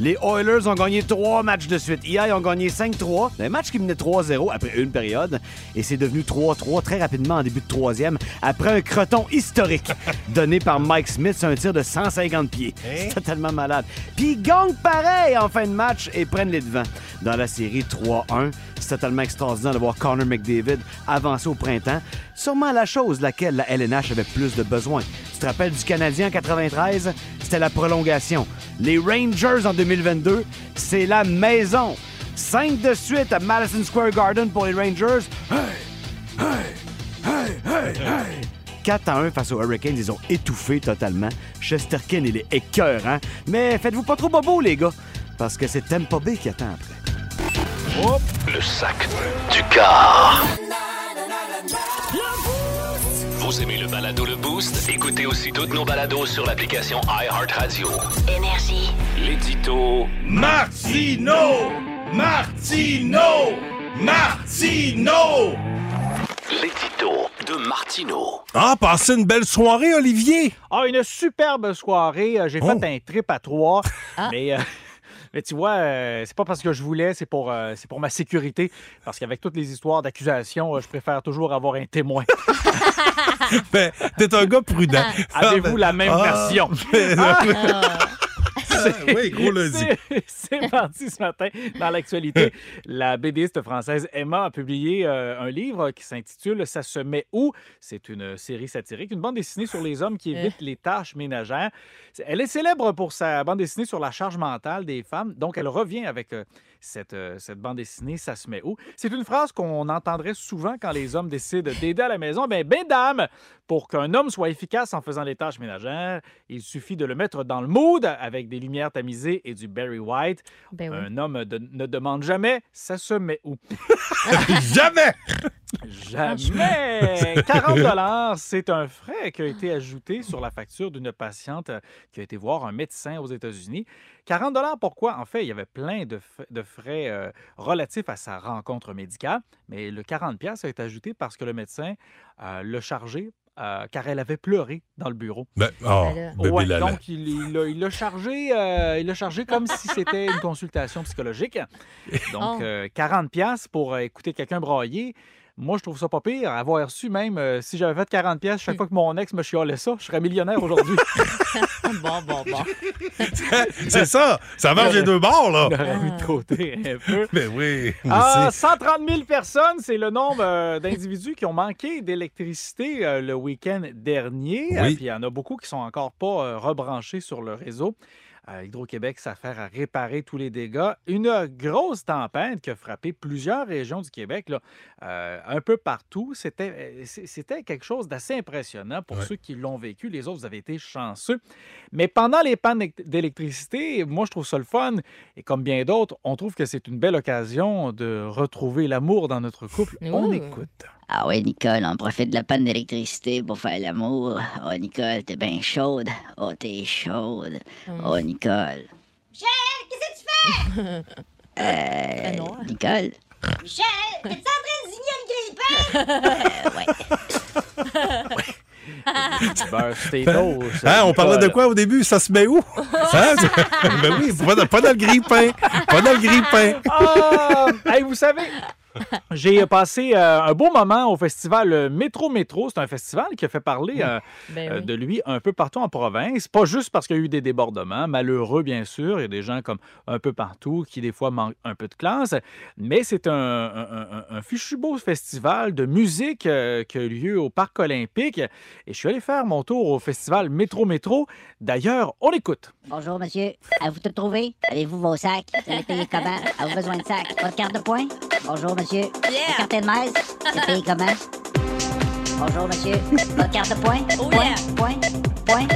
Les Oilers ont gagné trois matchs de suite. Hier, ils ont gagné 5-3. Un match qui menait 3-0 après une période. Et c'est devenu 3-3 très rapidement en début de troisième, après un croton historique donné par Mike Smith sur un tir de 150 pieds. C'est totalement malade. Puis ils gagnent pareil en fin de match et prennent les devants. Dans la série 3-1, c'est totalement extraordinaire de voir Connor McDavid avancer au printemps. Sûrement la chose laquelle la LNH avait plus de besoin. Tu te rappelles du Canadien en 93? C'était la prolongation. Les Rangers en 2022, c'est la maison. 5 de suite à Madison Square Garden pour les Rangers. 4 à 1 face aux Hurricanes, ils ont étouffé totalement. Chesterkin, il est écœurant. Mais faites-vous pas trop bobo, les gars, parce que c'est Tempo B qui attend après.
Le sac du car. Vous aimez le balado Le Boost? Écoutez aussi toutes nos balados sur l'application iHeartRadio.
Énergie.
L'édito
Martino! Martino! Martino!
L'édito de Martineau.
Ah, passez une belle soirée, Olivier!
Ah, une superbe soirée. Euh, J'ai
Oh.
fait un trip à trois.
Ah.
Mais, euh, mais tu vois, euh, c'est pas parce que je voulais, c'est pour, euh, c'est pour ma sécurité. Parce qu'avec toutes les histoires d'accusations, euh, je préfère toujours avoir un témoin.
Ben, t'es un gars prudent.
Avez-vous la même
Ah,
version?
ben,
Ah.
oui, gros lundi.
C'est- C'est parti ce matin dans l'actualité. La BDiste française Emma a publié euh, un livre qui s'intitule Ça se met où C'est une série satirique, une bande dessinée sur les hommes qui
Euh.
évitent les tâches ménagères. C'est- Elle est célèbre pour sa bande dessinée sur la charge mentale des femmes, donc elle revient avec euh, cette, euh, cette bande dessinée Ça se met où C'est une phrase qu'on entendrait souvent quand les hommes décident d'aider à la maison. Ben, mesdames, pour qu'un homme soit efficace en faisant les tâches ménagères, il suffit de le mettre dans le mood avec des lumières tamisées et du Barry White.
Ben oui.
Un homme de- ne demande jamais, ça se met où?
Jamais!
Jamais! 40 c'est un frais qui a été ajouté sur la facture d'une patiente euh, qui a été voir un médecin aux États-Unis. 40 pourquoi? En fait, il y avait plein de, f- de frais euh, relatifs à sa rencontre médicale, mais le 40 a été ajouté parce que le médecin euh, l'a chargé euh, car elle avait pleuré dans le bureau.
Ben, oh,
Ben
bébé
Ouais,
Lala.
donc il il l'a il l'a chargé, euh, il l'a chargé comme si c'était une consultation psychologique. Donc
Oh.
euh, 40 pièces pour euh, écouter quelqu'un brailler. Moi, je trouve ça pas pire. Avoir su même, euh, si j'avais fait 40 pièces
Mm.
chaque fois que mon ex me chialait ça, je serais millionnaire aujourd'hui.
bon, bon, bon.
C'est ça! Ça marche les deux bords, là!
J'aurais mis de côté un peu.
Ben oui, mais
Ah,
c'est-
130 000 personnes, c'est le nombre euh, d'individus qui ont manqué d'électricité euh, le week-end dernier.
Oui.
Euh, Puis il y en a beaucoup qui sont encore pas euh, rebranchés sur le réseau. Euh, Hydro-Québec s'affaire à réparer tous les dégâts. Une grosse tempête qui a frappé plusieurs régions du Québec, là, euh, un peu partout. C'était euh, c- c'était quelque chose d'assez impressionnant pour ceux qui l'ont vécu. Les autres, vous avez été chanceux. Mais pendant les pannes éc- d'électricité, moi, je trouve ça le fun. Et comme bien d'autres, on trouve que c'est une belle occasion de retrouver l'amour dans notre couple. On
Ouh.
écoute.
Ah ouais, Nicole, on profite de la panne d'électricité pour faire l'amour. Oh, Nicole, t'es bien chaude. Oh, t'es chaude.
Hmm.
Oh, Nicole.
Michel, qu'est-ce que tu fais?
Euh, Nicole?
Michel, t'es-tu en train de signer une grippin? ouais.
Ben, c'était
Hein?
drôle, ça,
Hein, on parlait de
Nicole.
quoi au début? Ça se met où? Hein? ben oui, pas dans, pas dans le grille-pain. Pas dans le grille-pain.
Ah! Hey, vous savez, j'ai passé euh, un beau moment au festival euh, Métro Métro. C'est un festival qui a fait parler euh,
Ben
euh,
oui.
de lui un peu partout en province. Pas juste parce qu'il y a eu des débordements, malheureux bien sûr. Il y a des gens comme un peu partout qui des fois manquent un peu de classe. Mais c'est un, un- un- un fichu beau festival de musique euh, qui a eu lieu au Parc olympique. Et je suis allé faire mon tour au festival Métro Métro. D'ailleurs, on l'écoute.
Bonjour, monsieur. À vous de trouver? Avez-vous vos sacs? Vous avez payé comment? Avez-vous besoin de sacs? Votre carte de points? Bonjour, monsieur. Votre carte de messe? Vous avez payé comment? Bonjour, monsieur. Votre carte de points? point, point, point.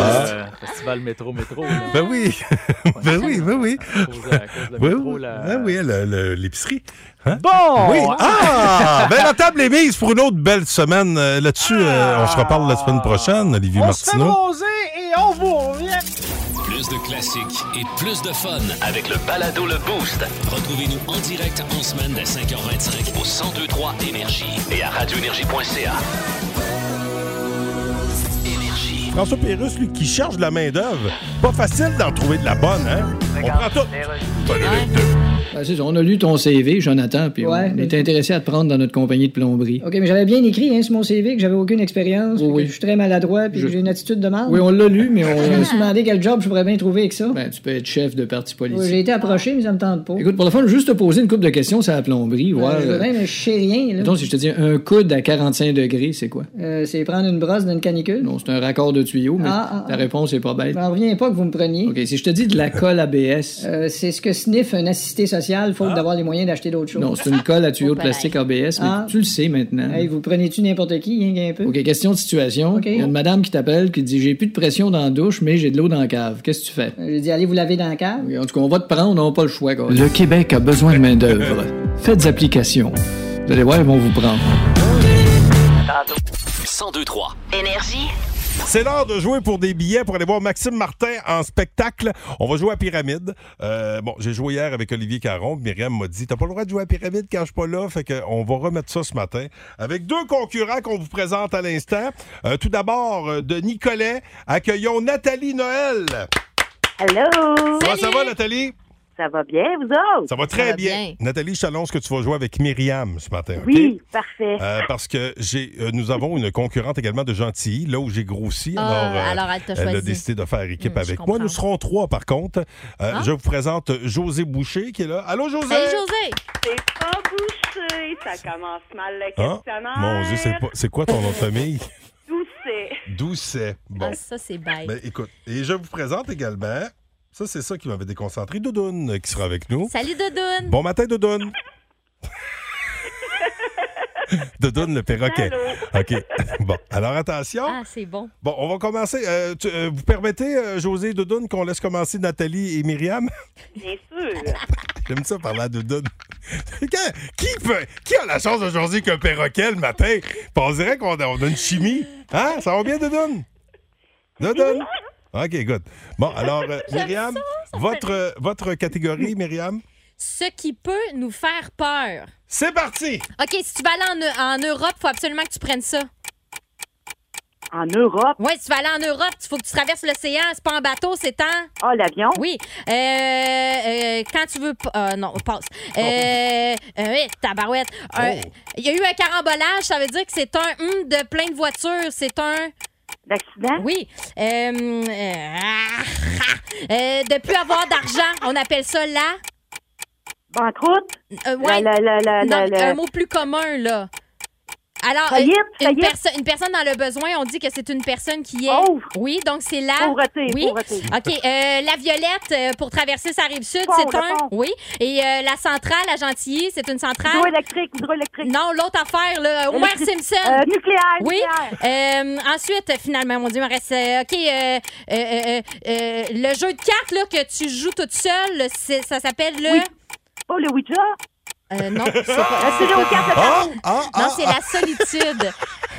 Euh, festival Métro Métro. là.
Ben oui. ben oui, ben oui.
cause- à cause de la
Ben
métro,
oui,
la-
ben oui, le- le- l'épicerie. Hein?
Bon!
Oui. Ah! Ben la table est mise pour une autre belle semaine. Euh, Là-dessus, euh, on se reparle la semaine prochaine, Olivier Martineau.
et on vous revient.
Plus de classiques et plus de fun avec le balado Le Boost. Retrouvez-nous en direct en semaine dès 5h25 au 1023 Énergie et à radioénergie.ca.
François Pérusse, lui, qui cherche de la main-d'œuvre, pas facile d'en trouver de la bonne, hein? On prend tout.
Ben, c'est ça, on a lu ton CV, Jonathan, puis
Ouais.
on était intéressé à te prendre dans notre compagnie de plomberie.
OK, mais j'avais bien écrit hein, sur mon CV que j'avais aucune expérience, puis que je suis très maladroit, puis que j'ai une attitude de mal.
Oui, on l'a lu, mais
Je me
on.
suis demandé quel job je pourrais bien trouver avec ça.
Ben, tu peux être chef de parti politique.
Ouais, J'ai été approché, mais ça me tente pas.
Écoute, pour le fun, juste te poser une couple de questions sur la plomberie,
Euh,
voir.
je veux
euh,
bien, mais je sais rien. là.
mettons, si je te dis un coude à 45 degrés, c'est quoi?
Euh, c'est prendre une brosse d'une canicule.
Non, c'est un raccord de tuyau, mais
Ah, ah,
ta réponse est pas
Je
bête.
m'en reviens pas que vous me preniez.
OK, si je te dis de la colle ABS.
Euh, c'est ce que sniff un assisté social, faute d'avoir les moyens d'acheter d'autres choses.
Ah. Non, c'est une colle à tuyau de
pareil.
plastique ABS, mais
Ah.
tu le sais maintenant.
Hey, vous prenez-tu n'importe qui, hein, un peu?
OK, question de situation. Il y a une madame qui t'appelle qui dit J'ai plus de pression dans la douche, mais j'ai de l'eau dans la cave. Qu'est-ce que tu fais?
J'ai dit, allez vous laver dans la cave.
En tout cas, on va te prendre, on n'a pas le choix. Le Québec a besoin de main-d'œuvre. Faites application. Vous allez voir, ils vont vous prendre.
1023
Énergie.
C'est l'heure de jouer pour des billets pour aller voir Maxime Martin en spectacle. On va jouer à Pyramide. Euh, bon, j'ai joué hier avec Olivier Caron. Myriam m'a dit T'as pas le droit de jouer à Pyramide quand je suis pas là. Fait que on va remettre ça ce matin avec deux concurrents qu'on vous présente à l'instant. Euh, tout d'abord, euh, de Nicolet, accueillons Nathalie Noël.
Allô?
Comment ça va, Nathalie
Ça va bien, vous autres?
Ça va très bien. Nathalie, je t'annonce que tu vas jouer avec Myriam ce matin. OK?
Oui, parfait.
Euh, parce que j'ai, euh, nous avons une concurrente également de Gentilly, là où j'ai grossi.
Ah,
alors, euh,
alors elle t'a
a
choisi. Hmm,
décidé de faire équipe
je
avec moi.
comprends.
Nous serons trois, par contre. Euh,
Ah.
Je vous présente José Boucher qui est là. Allô, José!
Salut, José!
C'est pas bouché, ça commence mal le
Hein?
questionnaire.
Mon Dieu, c'est, pas- c'est quoi ton nom de famille?
Doucet.
Doucet. Bon.
Ah, ça, c'est bête.
Ben, écoute, et je vous présente également, ça c'est ça qui m'avait déconcentré, Doudoune euh, qui sera avec nous.
Salut, Dodoun!
Bon matin, Doudoune! Doudoune le perroquet. OK. Bon, alors attention.
Ah, c'est bon.
Bon, on va commencer. Euh, tu- euh, vous permettez, euh, José et Doudoune, qu'on laisse commencer Nathalie et Myriam?
Bien sûr.
J'aime ça parler à Doudoune. Quand- qui, peut- qui a la chance aujourd'hui qu'un perroquet le matin? Puis on dirait qu'on a, on a une chimie. Hein? Ça va bien, Doudoune? Doudoune? OK, good. Bon, alors, euh,
J'aime
Myriam,
ça, ça
votre, euh, votre catégorie, Myriam?
Ce qui peut nous faire peur.
C'est parti!
OK, si tu vas aller en, Eu- en Europe, faut absolument que tu prennes ça.
En Europe?
Oui, si tu vas aller en Europe, il faut que tu traverses l'océan. C'est pas en bateau, c'est en...
Ah, l'avion?
Oui. Euh, euh, quand tu veux... p- euh, non, on passe. Euh, euh, oui, tabarouette. Un-
Oh.
Il y a eu un carambolage, ça veut dire que c'est un hum de plein de voitures. C'est un...
L'accident?
Oui. Euh, hum, euh, ah, ah. Euh, de plus avoir d'argent, on appelle ça la...
Banqueroute?
Euh, ouais.
La- la- la- la-
Non,
la- la-
un mot plus commun, là. Alors,
Faillite,
euh, une,
faillite.
perso- une personne dans le besoin, on dit que c'est une personne qui est. Oui, donc c'est la.
Pauvreté,
oui.
pauvreté.
OK. euh, la Violette, euh, pour traverser sa rive sud,
Pont,
c'est
le
un.
pont.
Oui. Et euh, la centrale, la Gentilly, c'est une centrale.
Hydroélectrique, hydroélectrique.
Non, l'autre affaire, là. Homer
Électric-
Simpson.
euh, nucléaire,
Oui.
nucléaire.
Euh, ensuite, finalement, mon Dieu, il me reste. euh, OK. euh, euh, euh, euh, le jeu de cartes, là, que tu joues toute seule, là, c'est- ça s'appelle le.
Oh, le Ouija?
Euh, non, c'est pas.
Ah, c'est le jeu de cartes, le tarot.
Non,
Ah, ah,
c'est la solitude.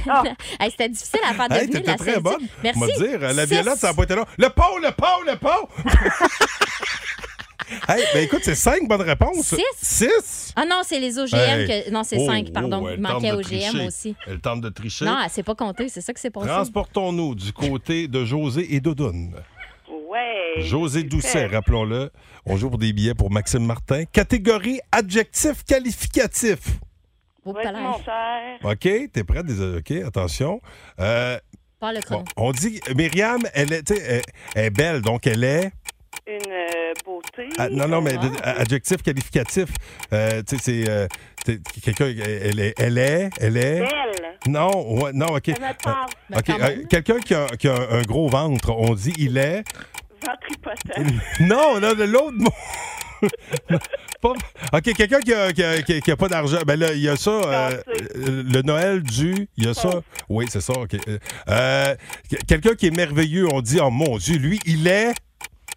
Hey, C'était difficile à faire
ah. Hey,
devenir
t'étais
la
très
solitude.
bonne.
Merci.
On va dire, euh, la
Six.
violette, ça n'a pas été long. Le pot, le pot, le pot! hey, ben écoute, c'est cinq bonnes réponses.
Six?
Six?
Ah non, c'est les OGM.
Hey.
Que... Non, c'est
Oh,
cinq, pardon.
oh, elle
Il manquait
tente de
OGM
tricher.
aussi.
Elle tente de tricher.
Non, elle s'est pas comptée. C'est ça qui s'est passé.
Transportons-nous du côté de José et Dodoun.
Ouais.
José Doucet,
super.
rappelons-le. On joue pour des billets pour Maxime Martin. Catégorie adjectif qualificatif.
Ouais, mon cher.
OK, t'es prêt? Désolé. OK, attention. Euh,
Par le chrono.
on dit, Myriam, elle est, tu sais, elle- elle est belle, donc elle est...
Une euh, beauté.
Ah, non, non, mais
Ah.
ad- adjectif qualificatif. Euh, tu sais, c'est. euh, t'es- quelqu'un. Elle est. Elle est. Elle est.
Belle.
Non, ouais, non, OK.
Elle me parle.
Euh, OK.
Mais quand
euh,
même.
quelqu'un qui a, qui a un gros ventre, on dit il est.
Ventripotent.
non, là, de l'autre mot. Pas- OK, quelqu'un qui a, qui a- qui a- qui a pas d'argent. Ben là, il y a ça. euh, euh, le Noël du. Il y a ça. Oui, c'est ça. OK. Euh, euh, quelqu'un qui est merveilleux, on dit oh mon Dieu, lui, il est.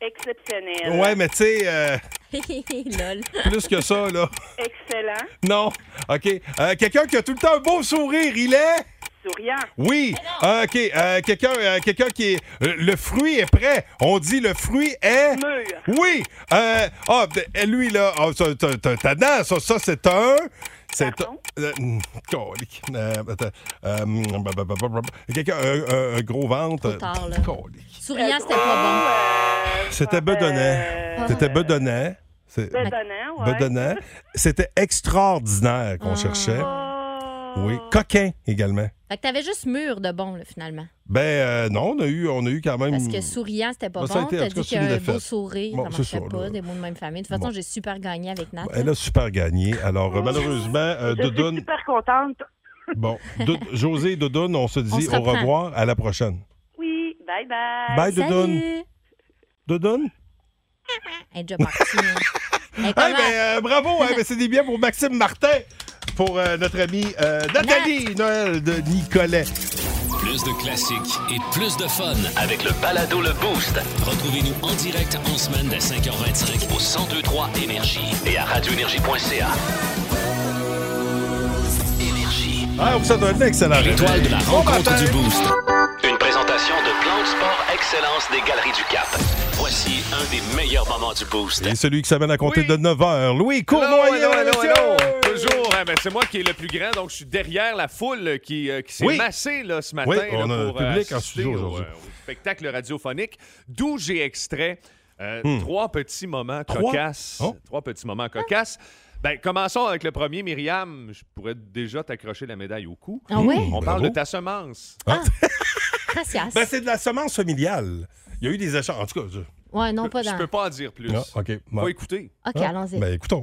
Exceptionnel.
Ouais, mais tu sais. euh,
Lol.
plus que ça, là.
Excellent.
Non. OK. Euh, quelqu'un qui a tout le temps un beau sourire, il est.
Souriant.
Oui. Euh, OK. Euh, quelqu'un euh, quelqu'un qui est. euh, le fruit est prêt. On dit le fruit est. Oui. Euh, Ah, ben, lui, là. ah, ça, t'as- t'as- t'as dedans, ça, ça, c'est un. C'est un. euh, hum, colique. Euh, attends. Euh, hum, bah, bah, bah, bah, bah. Quelqu'un, un, un- un gros ventre.
Tard, là.
Colique.
Souriant, c'était pas
C'était bedonnant.
euh,
C'était bedonnant. C'est-
Bedonnant, ouais.
Bedonnant. C'était extraordinaire qu'on cherchait. Oui. Coquin également.
bon. Fait que t'avais juste mur de bon, là, finalement.
Ben euh, non, on a eu, on a eu quand même.
Parce que souriant, c'était pas
Ben, ça a
bon.
été, en
T'as
tout cas,
dit
c'est une
qu'un beau
défaite.
sourire,
Bon,
ça
c'est
marchait
ça,
pas,
là.
des mots de même famille. De toute façon, j'ai super gagné avec Nat.
Elle a super gagné. Alors, euh, malheureusement, euh,
Je suis
Doudoune-
super contente.
Bon, Dou- José et Doudoune, on se dit
On se
au
reprend.
revoir, à la prochaine.
Oui, bye bye.
Bye, Doudoune. Doudoune?
Elle est déjà partie. hein. Elle est
Eh
comment?
ben, euh, bravo, hein, ben, c'est des biens pour Maxime Martin, pour euh, notre amie euh, Nathalie Noël de Nicolet.
Plus de classiques et plus de fun avec le balado Le Boost. Retrouvez-nous en direct en semaine dès 5h25 au 1023 Énergie et à radioénergie.ca.
Ah, vous êtes un excellent
L'étoile de la
Bon
rencontre
matin.
du Boost. Une présentation de Plan de Sport Excellence des Galeries du Cap. Voici un des meilleurs moments du Boost.
Et celui qui s'amène à compter de 9 h Louis Cournoyer.
Hello, hello,
messieurs!
hello. Oh, Toujours, hein, ben, c'est moi qui est le plus grand, donc je suis derrière la foule qui, euh, qui s'est
Oui.
massée là, ce matin
Oui,
là,
on a
pour
un public
euh,
en
assister
studio
au,
aujourd'hui.
euh, au spectacle radiophonique, d'où j'ai extrait euh,
Hmm.
trois petits moments
Trois?
cocasses.
Oh.
Trois petits moments cocasses. Ben, commençons avec le premier, Myriam. Je pourrais déjà t'accrocher la médaille au cou.
Ah ouais?
On parle
Hmm,
de
bravo.
ta semence.
Gracias.
Ben, c'est de la semence familiale. Il y a eu des échanges. En tout cas, je...
Ouais, non, pas
Je
dans.
peux pas en dire plus.
Ah, OK.
Faut écouter.
OK,
Ah,
allons-y.
Ben, écoutons.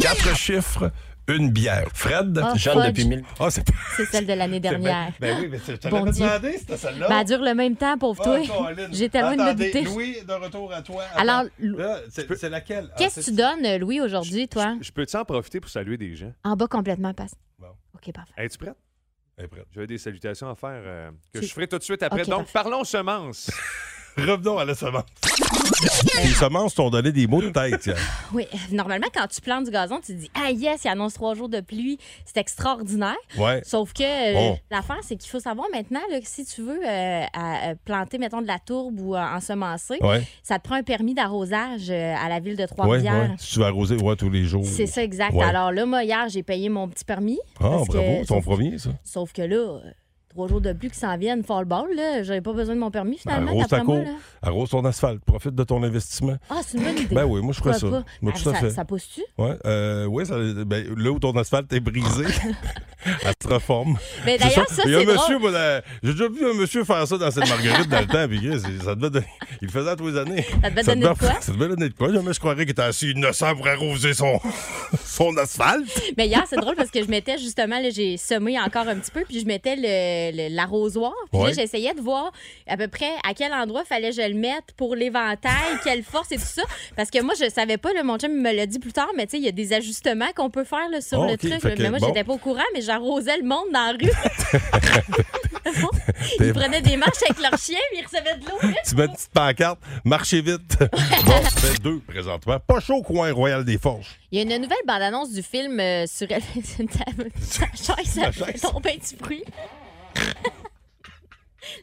Quatre chiffres, une bière. Fred,
Ah, Jeanne fudge. depuis mille-
Ah, c'est
C'est celle de l'année dernière.
Ben oui, mais c'est- je te
Bon
l'avais
Dieu.
demandé, c'était celle-là.
Ben, elle dure le même temps, pauvre toi.
Oh, Colin.
J'étais loin de le
Attendez,
douter.
Louis, de retour à toi.
Alors,
Attends. Là, c'est c'est laquelle? Ah,
Qu'est-ce que
c'est-
tu donnes, euh, Louis, aujourd'hui, toi?
Je peux-tu en profiter pour saluer des gens?
En bas complètement, passe. OK, parfait.
Es-tu prête? J'avais des salutations à faire euh, que
Tu-
je ferai tout de suite après.
Ok,
Donc,
parfait.
parlons semences.
Revenons à la semence. Les semences t'ont donné des mots de tête. hier.
Oui, normalement, quand tu plantes du gazon, tu te dis Ah, yes, il annonce trois jours de pluie. C'est extraordinaire.
Ouais.
Sauf que euh,
Bon.
l'affaire, c'est qu'il faut savoir maintenant là, que si tu veux euh, à- euh, planter, mettons, de la tourbe ou euh, ensemencer,
Ouais.
ça te prend un permis d'arrosage euh, à la ville de
Ouais,
Trois-Rivières.
ouais. Si tu vas arroser ouais, tous les jours.
C'est ça, exact.
Ouais.
Alors là, moi, hier, j'ai payé mon petit permis.
Ah,
parce que-
bravo, ton
sauf,
premier, ça.
sauf que là, euh, trois jours de pluie qui s'en viennent, fall ball, là, j'avais pas besoin de mon
Ben,
permis finalement.
Arrose ta
Ah, d'après moi,
cour,
là.
arrose ton asphalte, profite de ton investissement.
Ah, c'est une bonne idée.
Ben oui, moi je ferais ça.
Pourquoi pas?
Moi,
Ah,
tout à
ça-
fait.
ça pousse-tu?
Ouais, euh, oui, ça, ben, là où ton asphalte est brisé, elle se reforme.
Mais
C'est
d'ailleurs, ça,
Il y a un
c'est drôle.
monsieur, moi, là, j'ai déjà vu un monsieur faire ça dans cette marguerite dans le temps, puis Chris, ça devait donner- il le faisait à tous les années.
Ça devait donner de quoi?
Ça devait donner de quoi? Jamais je croirais qu'il était assez innocent pour arroser son,
fond d'asphalte.
Mais hier, c'est drôle parce que je mettais justement, là, j'ai semé encore un petit peu, puis je mettais le- le- l'arrosoir. Puis là,
Ouais.
j'essayais de voir à peu près à quel endroit fallait je le mettre pour l'éventail, quelle force et tout ça. Parce que moi, je savais pas, là, mon chum il me l'a dit plus tard, mais tu sais, il y a des ajustements qu'on peut faire là, sur
Ah,
le
ok.
truc.
Fait
là.
que,
mais moi,
bon.
j'étais pas au courant, mais j'arrosais le monde dans la rue.
T'es-
Ils prenaient des marches avec leur chien, puis ils recevaient de l'eau.
Tu mets une petite pancarte, marchez vite. bon, ça fait deux présentement. Pas chaud coin Royal des Forges.
Il y a une nouvelle bande-annonce du film euh, sur Elvis. Ta chaise, ça
Ma
fait
chaise.
tomber du bruit.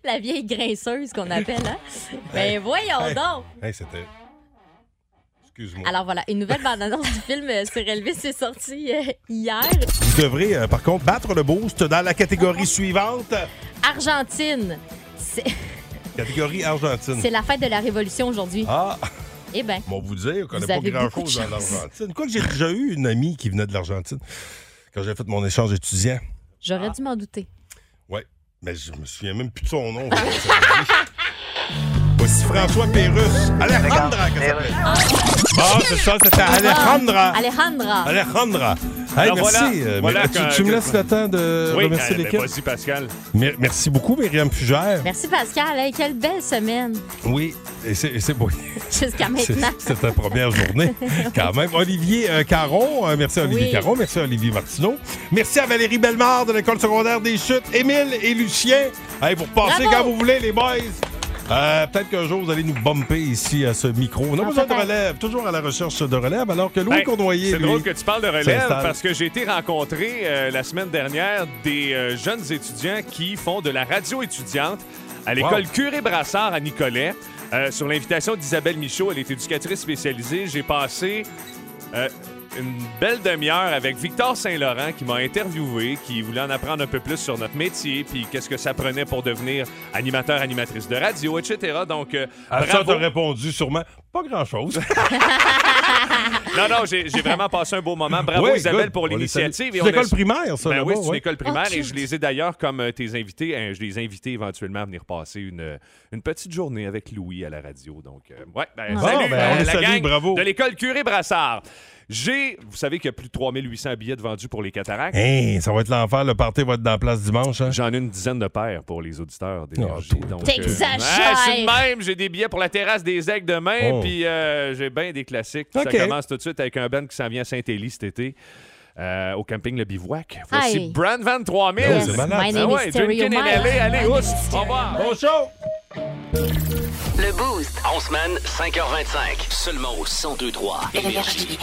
La vieille grinceuse qu'on appelle, hein? Ben voyons
Hey.
donc!
Hey, c'était. Excuse-moi.
Alors voilà, une nouvelle bande-annonce du film euh, sur Elvis est sortie euh, hier.
Vous devrez, euh, par contre, battre le boost dans la catégorie suivante.
Argentine! C'est
Catégorie Argentine.
c'est la fête de la Révolution aujourd'hui.
Ah,
Eh ben.
bon, vous dire, on
Vous
connaît pas
avez beaucoup
grand-chose
de
dans
chance.
l'Argentine. Quoique j'ai déjà eu une amie qui venait de l'Argentine quand j'ai fait mon échange étudiant.
J'aurais
Ah.
dû m'en douter.
Ouais, mais je me souviens même plus de son nom. Voici François Pérusse. Alejandra, qu'elle s'appelait. Bon, c'est ça, c'était Alejandra.
Alejandra!
Ah. Alejandra. Hey,
Alors
merci.
voilà,
euh,
voilà
mais- tu,
que-
tu me
que-
laisses le temps de
Oui,
remercier
euh, ben,
l'équipe.
vas-y, Pascal.
Mer- Merci beaucoup, Myriam Fugère.
Merci Pascal, Hey, quelle belle semaine
Oui, et c'est et c'est beau.
jusqu'à
C'est-
maintenant.
C'est ta première journée, quand même. Olivier euh, Caron, euh, merci à Olivier
Oui.
Caron, merci à Olivier Martineau. Merci à Valérie Bellemare de l'École secondaire des Chutes, Émile et Lucien. Hey, vous repassez
Bravo!
quand vous voulez, les boys. Euh, Peut-être qu'un jour, vous allez nous bumper ici à ce micro. On a besoin de relève, toujours à la recherche de relève, alors que Louis
Ben,
Cournoyer,
C'est
lui,
drôle que tu parles de relève
s'installe.
parce que j'ai été rencontrer euh, la semaine dernière des euh, jeunes étudiants qui font de la radio étudiante à l'école Curé Brassard à Nicolet. Euh, sur l'invitation d'Isabelle Michaud, elle est éducatrice spécialisée. J'ai passé euh, une belle demi-heure avec Victor Saint-Laurent qui m'a interviewé, qui voulait en apprendre un peu plus sur notre métier, puis qu'est-ce que ça prenait pour devenir animateur, animatrice de radio, etc. Donc, euh,
À ça,
bravo.
t'as répondu sûrement pas grand-chose.
Non, non, j'ai j'ai vraiment passé un beau moment. Bravo
Oui,
Isabelle
good.
pour
On les
l'initiative.
salue.
et
C'est
on
l'école
espère-
primaire, ça,
Ben
là-bas,
oui, c'est une
ouais.
école primaire.
Ah,
et je
cute.
les ai d'ailleurs, comme euh, tes invités, hein, je les ai invités éventuellement à venir passer une, une petite journée avec Louis à la radio. Donc, euh, ouais, ben,
Bon,
salut,
ben,
euh,
on les
la
salue,
gang
bravo.
de l'école Curé-Brassard. J'ai, vous savez qu'il y a plus de 3800 billets de vendus pour les cataractes.
Hey, Hein, ça va être l'enfer, le party va être dans la place dimanche. hein? Ah,
J'en ai une dizaine de paires pour les auditeurs d'énergie. donc, euh, ouais,
T'exagères.
je suis de même, j'ai des billets pour la terrasse des aigles demain,
Oh.
puis euh, j'ai bien des classiques. Puis
OK.
Ça commence tout de suite avec un band qui s'en vient à Saint-Élie cet été. euh, au camping Le Bivouac. Voici
Aïe.
Brand 23000.
Yes, c'est malade, my ça. name
Ah
is
ouais,
Stereo
Drinking in
Mike.
LA, allez,
My
oups, au revoir.
Bon show!
Le Boost. En semaine, 5h25. Seulement au 102.3 Énergie.